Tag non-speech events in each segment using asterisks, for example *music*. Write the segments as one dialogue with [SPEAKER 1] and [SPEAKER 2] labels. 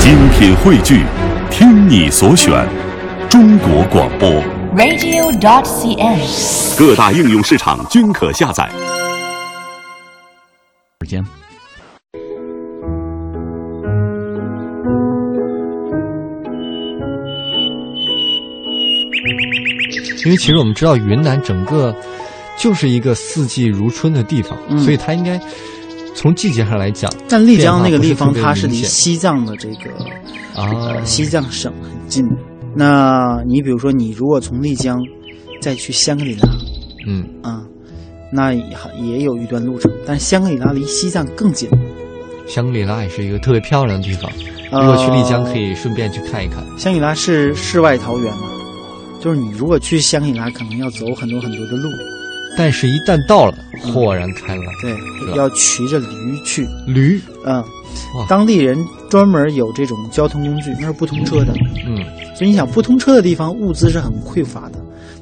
[SPEAKER 1] 精品汇聚，听你所选，中国广播。
[SPEAKER 2] radio.cn
[SPEAKER 1] 各大应用市场均可下载。
[SPEAKER 3] 时间。
[SPEAKER 4] 因为其实我们知道云南整个就是一个四季如春的地方，所以它应该从季节上来讲
[SPEAKER 5] 但丽江那个地方，
[SPEAKER 4] 变化
[SPEAKER 5] 它
[SPEAKER 4] 不是
[SPEAKER 5] 是
[SPEAKER 4] 特别明
[SPEAKER 5] 离
[SPEAKER 4] 显
[SPEAKER 5] 西藏的这个
[SPEAKER 4] 啊，
[SPEAKER 5] 呃西藏省很近的。那你比如说，你如果从丽江再去香格里拉
[SPEAKER 4] 嗯，
[SPEAKER 5] 啊，那也也有一段路程，但是香格里拉离西藏更近。
[SPEAKER 4] 香格里拉也是一个特别漂亮的地方。
[SPEAKER 5] 呃
[SPEAKER 4] 如果去丽江，可以顺便去看一看。
[SPEAKER 5] 香格里拉是世外桃源嘛，就是你如果去香格里拉，可能要走很多很多的路，
[SPEAKER 4] 但是，一旦到了，豁然开朗。是吧
[SPEAKER 5] 嗯对，要骑着驴去，
[SPEAKER 4] 驴，
[SPEAKER 5] 嗯
[SPEAKER 4] 哇，
[SPEAKER 5] 当地人专门有这种交通工具，那是不通车的。
[SPEAKER 4] 嗯，
[SPEAKER 5] 所以你想，不通车的地方物资是很匮乏的，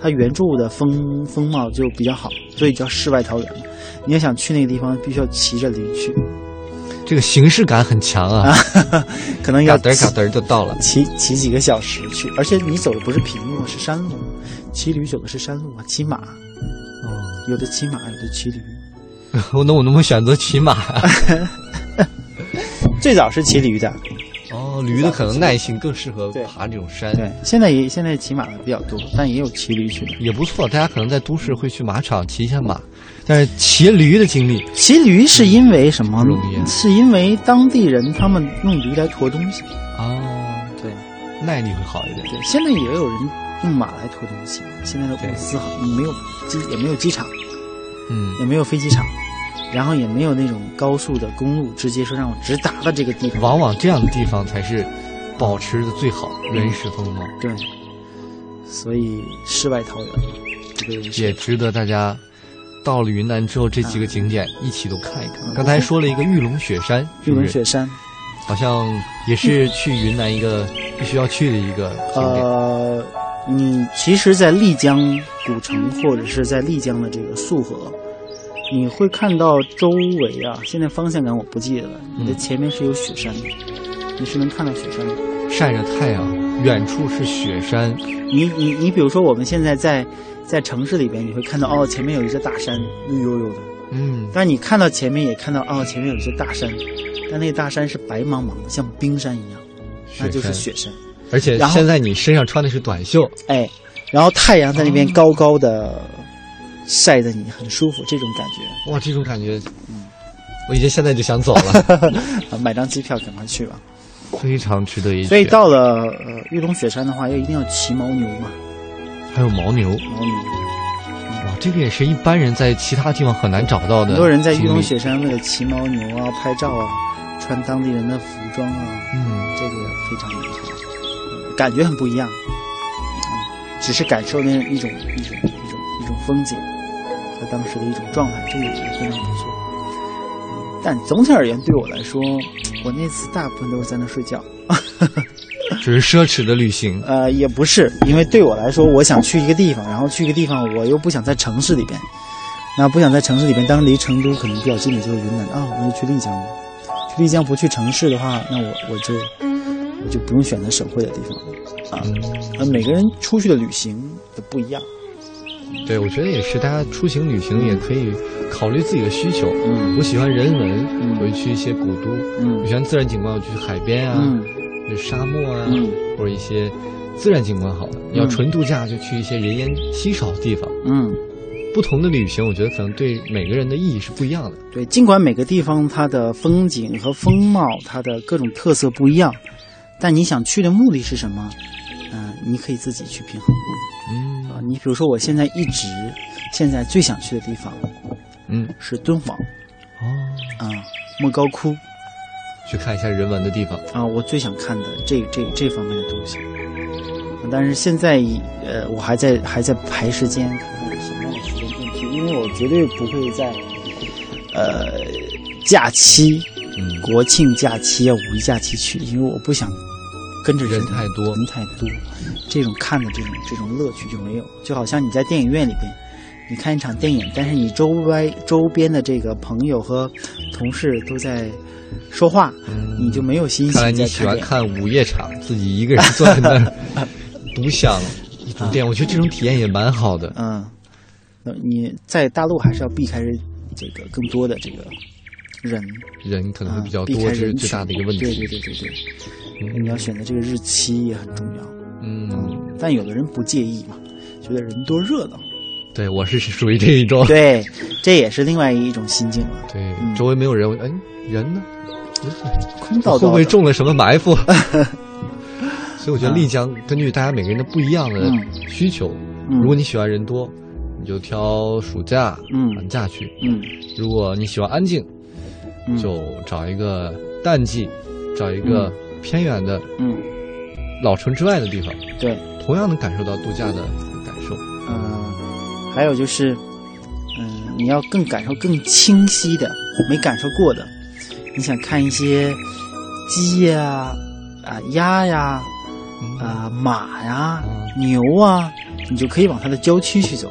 [SPEAKER 5] 它原著的风风貌就比较好，所以叫世外桃源嘛。你要想去那个地方，必须要骑着驴去，
[SPEAKER 4] 这个形式感很强啊， *laughs*
[SPEAKER 5] 可能
[SPEAKER 4] 嘎
[SPEAKER 5] 要
[SPEAKER 4] 嘚儿嘎
[SPEAKER 5] 骑
[SPEAKER 4] 嘚儿就到了。
[SPEAKER 5] 骑骑几个小时去，而且你走的不是平路，啊是山路。骑驴走的是山路啊，骑马，
[SPEAKER 4] 哦，
[SPEAKER 5] 有的骑马，有的骑驴。
[SPEAKER 4] *laughs* 我那我能不能选择骑马啊呀？
[SPEAKER 5] 最早是骑驴的，
[SPEAKER 4] 哦，驴的可能耐性更适合
[SPEAKER 5] 对
[SPEAKER 4] 爬这种山。
[SPEAKER 5] 对，现在也现在骑马的比较多，但也有骑驴去的。
[SPEAKER 4] 也不错，大家可能在都市会去马场骑一下马，但是骑驴的经历，
[SPEAKER 5] 骑驴是因为什么
[SPEAKER 4] 不容易啊？
[SPEAKER 5] 是因为当地人他们用驴来驮东西。
[SPEAKER 4] 哦，
[SPEAKER 5] 对
[SPEAKER 4] 耐力会好一点。
[SPEAKER 5] 对，现在也有人用马来驮东西。现在的公司好没有机，也没有机场，
[SPEAKER 4] 嗯，
[SPEAKER 5] 也没有飞机场，然后也没有那种高速的公路，直接说让我直达到这个地方。
[SPEAKER 4] 往往这样的地方才是保持的最好原始风貌，
[SPEAKER 5] 对，所以世外桃源嘛，这个人
[SPEAKER 4] 也
[SPEAKER 5] 是
[SPEAKER 4] 值得大家到了云南之后这几个景点一起都看一看。刚才说了一个玉龙雪山，
[SPEAKER 5] 啊嗯玉
[SPEAKER 4] 是不
[SPEAKER 5] 龙
[SPEAKER 4] 是
[SPEAKER 5] 雪山。
[SPEAKER 4] 好像也是去云南一个必须要去的一个景点。
[SPEAKER 5] 呃，你其实，在丽江古城或者是在丽江的这个束河，你会看到周围啊，现在方向感我不记得了，你的前面是有雪山的，你是能看到雪山的。
[SPEAKER 4] 晒着太阳，远处是雪山，
[SPEAKER 5] 你你你，比如说我们现在在在城市里边，你会看到哦，前面有一座大山，绿油油的。
[SPEAKER 4] 嗯，
[SPEAKER 5] 但你看到前面也看到哦，前面有一座大山，但那个大山是白茫茫的，像冰山一样，那就是
[SPEAKER 4] 山
[SPEAKER 5] 雪山。
[SPEAKER 4] 而且
[SPEAKER 5] 然后
[SPEAKER 4] 现在你身上穿的是短袖，
[SPEAKER 5] 哎，然后太阳在那边高高的晒着你，很舒服，这种感觉。
[SPEAKER 4] 哇，这种感觉，
[SPEAKER 5] 嗯
[SPEAKER 4] 我已经现在就想走
[SPEAKER 5] *laughs*
[SPEAKER 4] 了，
[SPEAKER 5] 啊，买张机票赶快去吧。
[SPEAKER 4] 非常值得一去。
[SPEAKER 5] 所以到了呃玉龙雪山的话，要一定要骑牦牛嘛，
[SPEAKER 4] 还有牦牛，
[SPEAKER 5] 牦牛。
[SPEAKER 4] 哇，这个也是一般人在其他地方很难找到的。
[SPEAKER 5] 很多人在玉龙，雪山为了骑牦牛啊、拍照啊，穿当地人的服装啊，
[SPEAKER 4] 嗯，
[SPEAKER 5] 这个非常厉害，嗯感觉很不一样。嗯，只是感受那一种一种一种一种风景和当时的一种状态，这个也非常不错。嗯但总体而言，对我来说，我那次大部分都是在那睡觉。
[SPEAKER 4] 只是奢侈的旅行，
[SPEAKER 5] 呃，也不是，因为对我来说，我想去一个地方，然后去一个地方，我又不想在城市里边，那不想在城市里边，当然离成都可能比较近的就是云南啊，我就去丽江了。去丽江不去城市的话，那我我就我就不用选择省会的地方了啊。呃，每个人出去的旅行的不一样，
[SPEAKER 4] 对我觉得也是，大家出行旅行也可以考虑自己的需求。
[SPEAKER 5] 嗯
[SPEAKER 4] 我喜欢人文，
[SPEAKER 5] 嗯
[SPEAKER 4] 我就去一些古都；我
[SPEAKER 5] 嗯
[SPEAKER 4] 喜欢自然景观，我就去海边啊，
[SPEAKER 5] 嗯
[SPEAKER 4] 就沙漠啊，
[SPEAKER 5] 嗯
[SPEAKER 4] 或者一些自然景观好了。你要纯度假，就去一些人烟稀少的地方。
[SPEAKER 5] 嗯，
[SPEAKER 4] 不同的旅行，我觉得可能对每个人的意义是不一样的。
[SPEAKER 5] 对，尽管每个地方它的风景和风貌、它的各种特色不一样，但你想去的目的是什么？嗯、你可以自己去平衡。
[SPEAKER 4] 嗯
[SPEAKER 5] 啊，你比如说，我现在一直现在最想去的地方
[SPEAKER 4] 嗯，
[SPEAKER 5] 是敦煌
[SPEAKER 4] 哦，
[SPEAKER 5] 啊，莫高窟
[SPEAKER 4] 去看一下人文的地方。
[SPEAKER 5] 啊，我最想看的这这这方面的东西。啊但是现在已呃，我还在还在排时间，看看有什么样的时间更去，因为我绝对不会在呃假期、
[SPEAKER 4] 嗯，
[SPEAKER 5] 国庆假期啊、五一假期去，因为我不想跟着
[SPEAKER 4] 人太多
[SPEAKER 5] 人太多，这种看的这种这种乐趣就没有。就好像你在电影院里边，你看一场电影，但是你周围周边的这个朋友和同事都在说话，
[SPEAKER 4] 嗯
[SPEAKER 5] 你就没有心
[SPEAKER 4] 看来
[SPEAKER 5] 情在
[SPEAKER 4] 你喜
[SPEAKER 5] 看
[SPEAKER 4] 欢
[SPEAKER 5] 电影。
[SPEAKER 4] 看午夜场，自己一个人坐在那儿
[SPEAKER 5] *laughs*
[SPEAKER 4] 独享一部
[SPEAKER 5] 啊
[SPEAKER 4] 电影，我觉得这种体验也蛮好的。
[SPEAKER 5] 嗯，那你在大陆还是要避开这个更多的这个人，
[SPEAKER 4] 人可能会比较
[SPEAKER 5] 啊避，
[SPEAKER 4] 多
[SPEAKER 5] 开
[SPEAKER 4] 这是
[SPEAKER 5] 人
[SPEAKER 4] 最
[SPEAKER 5] 群
[SPEAKER 4] 大的一个问
[SPEAKER 5] 对
[SPEAKER 4] 题
[SPEAKER 5] 对。对对对，你要选择这个日期也很重要。
[SPEAKER 4] 嗯，
[SPEAKER 5] 但有的人不介意嘛，觉得人多热闹。
[SPEAKER 4] 对我是属于这一种。
[SPEAKER 5] 对，这也是另外一种心境了，
[SPEAKER 4] 对
[SPEAKER 5] 嗯，
[SPEAKER 4] 周围没有人，哎，人呢？
[SPEAKER 5] 空
[SPEAKER 4] 会
[SPEAKER 5] 荡
[SPEAKER 4] 不
[SPEAKER 5] 荡
[SPEAKER 4] 会
[SPEAKER 5] 的。
[SPEAKER 4] 中了什么
[SPEAKER 5] *laughs*
[SPEAKER 4] 埋伏？所以我觉得丽江根据大家每个人的不一样的
[SPEAKER 5] 啊嗯
[SPEAKER 4] 需求，
[SPEAKER 5] 嗯
[SPEAKER 4] 如果你喜欢人多，你就挑暑假、
[SPEAKER 5] 嗯
[SPEAKER 4] 寒假去；
[SPEAKER 5] 嗯
[SPEAKER 4] 如果你喜欢安静，
[SPEAKER 5] 嗯
[SPEAKER 4] 就找一个淡季，找一个偏远的
[SPEAKER 5] 嗯，
[SPEAKER 4] 老城之外的地方，
[SPEAKER 5] 对，
[SPEAKER 4] 同样能感受到度假的感受。
[SPEAKER 5] 嗯，还有就是，嗯，你要更感受更清晰的，没感受过的，你想看一些鸡呀、啊、鸭呀、啊、马呀、
[SPEAKER 4] 嗯
[SPEAKER 5] 牛啊，你就可以往它的郊区去走，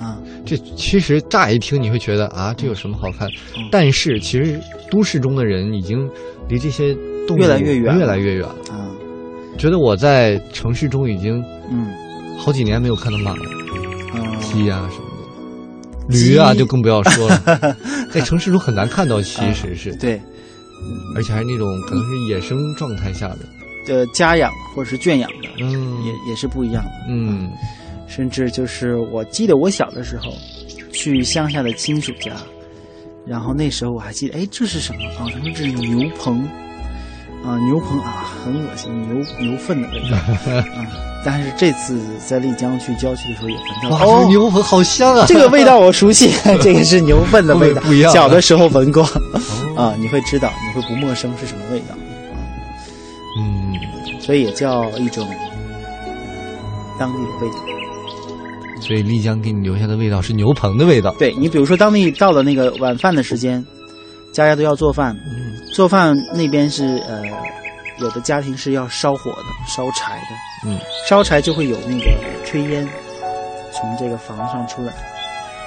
[SPEAKER 5] 啊，
[SPEAKER 4] 这其实乍一听你会觉得啊，这有什么好看
[SPEAKER 5] 嗯？
[SPEAKER 4] 但是其实都市中的人已经离这些动物
[SPEAKER 5] 越来越远了
[SPEAKER 4] 越来越远了。
[SPEAKER 5] 啊，
[SPEAKER 4] 觉得我在城市中已经
[SPEAKER 5] 嗯，
[SPEAKER 4] 好几年没有看到马了，
[SPEAKER 5] 啊，
[SPEAKER 4] 鸡啊什么的，驴啊
[SPEAKER 5] 鸡
[SPEAKER 4] 就更不要说
[SPEAKER 5] *laughs*
[SPEAKER 4] 了，在城市中很难看到，其实是，
[SPEAKER 5] 呃对，
[SPEAKER 4] 而且还是那种可能是野生状态下的，
[SPEAKER 5] 呃，家养或者是圈养的，
[SPEAKER 4] 嗯
[SPEAKER 5] 也也是不一样的。
[SPEAKER 4] 嗯
[SPEAKER 5] 甚至就是我记得我小的时候，去乡下的亲属家，然后那时候我还记得，哎，这是什么啊？他说这是牛棚，啊，牛棚啊，很恶心，牛牛粪的味
[SPEAKER 4] *laughs*
[SPEAKER 5] 道啊。但是这次在丽江去郊区的时候也闻到，
[SPEAKER 4] 哇，这
[SPEAKER 5] 哦
[SPEAKER 4] 个，牛粪好香啊！
[SPEAKER 5] 这个味道我熟悉，这个是牛粪的味道，
[SPEAKER 4] 会不会不一样啊
[SPEAKER 5] 小的时候闻过
[SPEAKER 4] 哦
[SPEAKER 5] 啊，你会知道，你会不陌生是什么味道。
[SPEAKER 4] 嗯，
[SPEAKER 5] 所以也叫一种呃当地的味道。
[SPEAKER 4] 所以丽江给你留下的味道是牛棚的味道，
[SPEAKER 5] 对你，比如说，当地到了那个晚饭的时间，家家都要做饭，
[SPEAKER 4] 嗯
[SPEAKER 5] 做饭那边是呃，有的家庭是要烧火的，烧柴的，
[SPEAKER 4] 嗯，
[SPEAKER 5] 烧柴就会有那个炊烟从这个房上出来。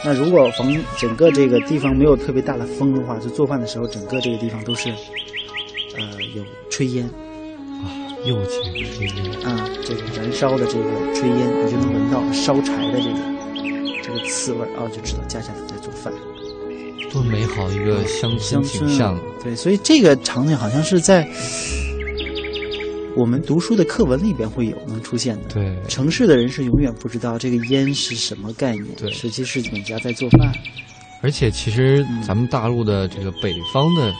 [SPEAKER 5] 那如果房整个这个地方没有特别大的风的话，就做饭的时候，整个这个地方都是呃有炊烟。
[SPEAKER 4] 又甜又香
[SPEAKER 5] 啊，这个燃烧的这个炊烟，你就能闻到烧柴的这个这个刺味儿啊，就知道家家都在做饭。
[SPEAKER 4] 多美好一个乡村
[SPEAKER 5] 乡
[SPEAKER 4] 景
[SPEAKER 5] 村
[SPEAKER 4] 象，
[SPEAKER 5] 对，所以这个场景好像是在我们读书的课文里边会有能出现的。，
[SPEAKER 4] 对，
[SPEAKER 5] 城市的人是永远不知道这个烟是什么概念，
[SPEAKER 4] 对
[SPEAKER 5] 实际是你们家在做饭。
[SPEAKER 4] 而且其实
[SPEAKER 5] 嗯
[SPEAKER 4] 咱们大陆的这个北方的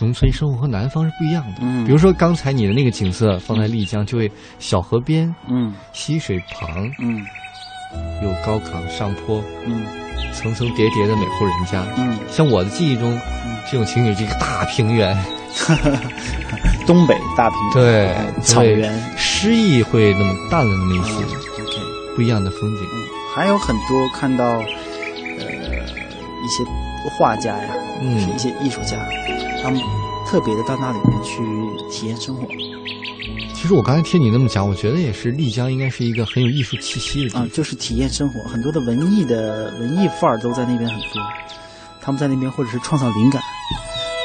[SPEAKER 4] 农村生活和南方是不一样的。
[SPEAKER 5] 嗯
[SPEAKER 4] 比如说刚才你的那个景色放在丽江，就会小河边、
[SPEAKER 5] 嗯
[SPEAKER 4] 溪水旁
[SPEAKER 5] 嗯
[SPEAKER 4] 有高岗上坡，
[SPEAKER 5] 嗯
[SPEAKER 4] 层层叠叠的每户人家。
[SPEAKER 5] 嗯， *laughs*
[SPEAKER 4] 像我的记忆中，这种情景是一个大平原，
[SPEAKER 5] 东北大平原，
[SPEAKER 4] 对，
[SPEAKER 5] 草原。
[SPEAKER 4] 诗意会那么淡了那么一些，
[SPEAKER 5] 嗯，OK。
[SPEAKER 4] 不一样的风景。
[SPEAKER 5] 嗯，还有很多看到，呃，一些画家呀，
[SPEAKER 4] 嗯
[SPEAKER 5] 是一些艺术家，他们特别的到那里面去体验生活
[SPEAKER 4] 其实我刚才听你那么讲，我觉得也是，丽江应该是一个很有艺术气息的地
[SPEAKER 5] 啊、
[SPEAKER 4] 方。
[SPEAKER 5] 就是体验生活，很多的文艺的文艺范儿都在那边很多，他们在那边或者是创造灵感，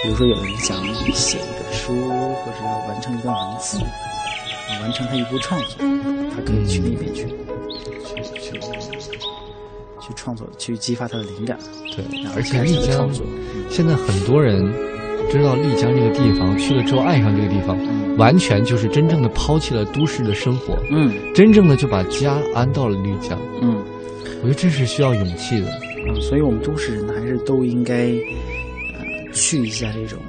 [SPEAKER 5] 比如说有人想写一本书，或者要完成一段文字，啊完成他一部创作，他可以去那边去，去去去创作，去激发他的灵感，
[SPEAKER 4] 对
[SPEAKER 5] 然，后
[SPEAKER 4] 而且
[SPEAKER 5] 开始
[SPEAKER 4] 丽
[SPEAKER 5] 他的
[SPEAKER 4] 江
[SPEAKER 5] 创作。
[SPEAKER 4] 现在很多人知道丽江这个地方，去了之后爱上这个地方，完全就是真正的抛弃了都市的生活，
[SPEAKER 5] 嗯
[SPEAKER 4] 真正的就把家安到了丽江。
[SPEAKER 5] 嗯
[SPEAKER 4] 我觉得这是需要勇气的。
[SPEAKER 5] 啊，所以我们都市人呢，还是都应该呃去一下这种、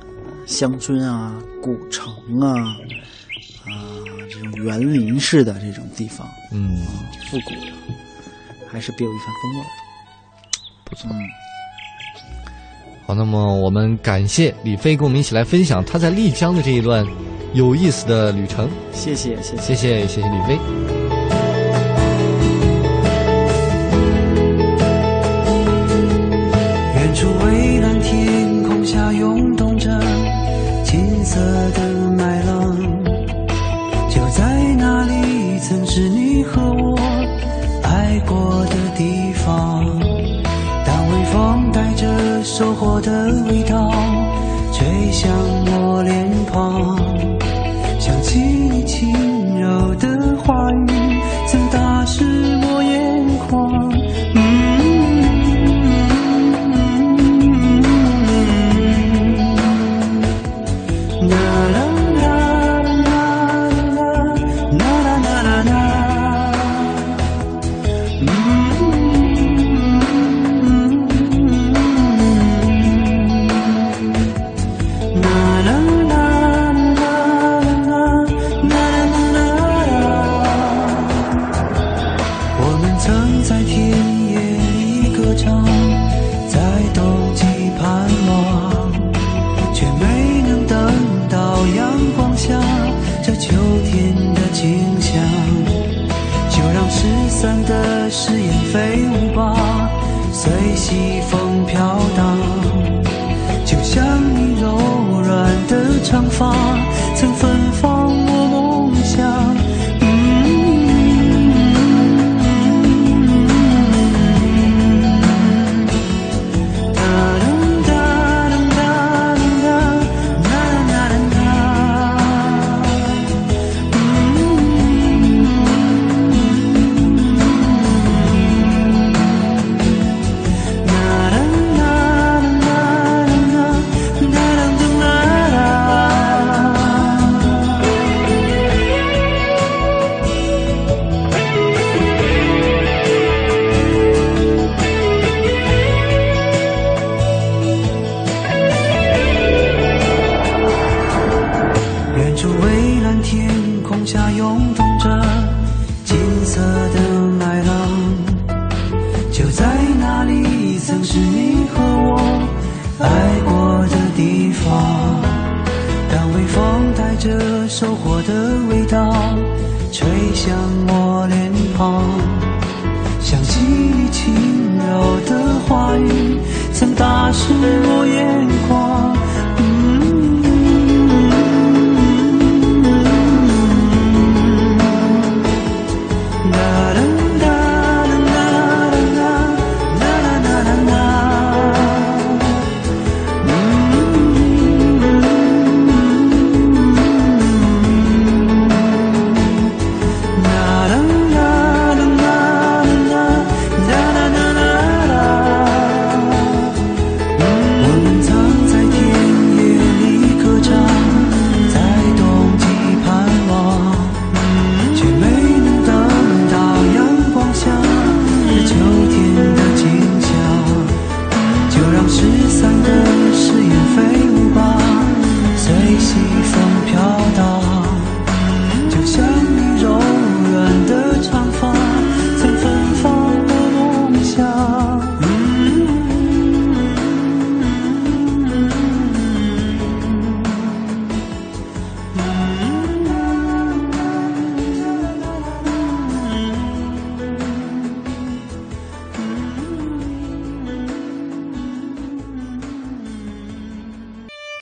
[SPEAKER 5] 呃乡村啊、古城啊啊、这种园林式的这种地方，
[SPEAKER 4] 嗯，
[SPEAKER 5] 复古的，还是别有一番风味儿的。
[SPEAKER 4] 不错。
[SPEAKER 5] 嗯
[SPEAKER 4] 好，那么我们感谢李飞跟我们一起来分享他在丽江的这一段有意思的旅程。
[SPEAKER 5] 谢谢谢谢
[SPEAKER 4] 谢谢，谢谢李飞。
[SPEAKER 2] 远处蔚蓝天空下涌动着金色的麦浪，就在那里，曾是你和我爱过的地嗯我们曾在田野里歌唱，在冬季盼望，却没能等到阳光下这秋天的景象。就让失散的誓言飞舞吧，随西风飘荡。就像你柔软的长发，曾芬芳我梦嗯想。远处蔚蓝天空下涌动着金色的麦浪，就在那里曾是你和我爱过的地方。当微风带着收获的味道吹向我脸庞，想起你轻柔的话语，曾打湿我眼